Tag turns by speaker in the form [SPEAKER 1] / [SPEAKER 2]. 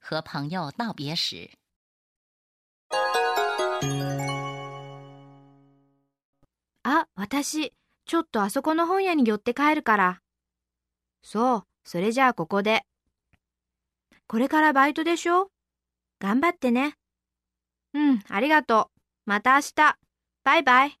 [SPEAKER 1] 和朋友道别时，
[SPEAKER 2] あ、私、ちょっとあそこの本屋に寄って帰るから。そう、それじゃあここで。これからバイトでしょ頑張ってね。うん、ありがとう。また明日。バイバイ。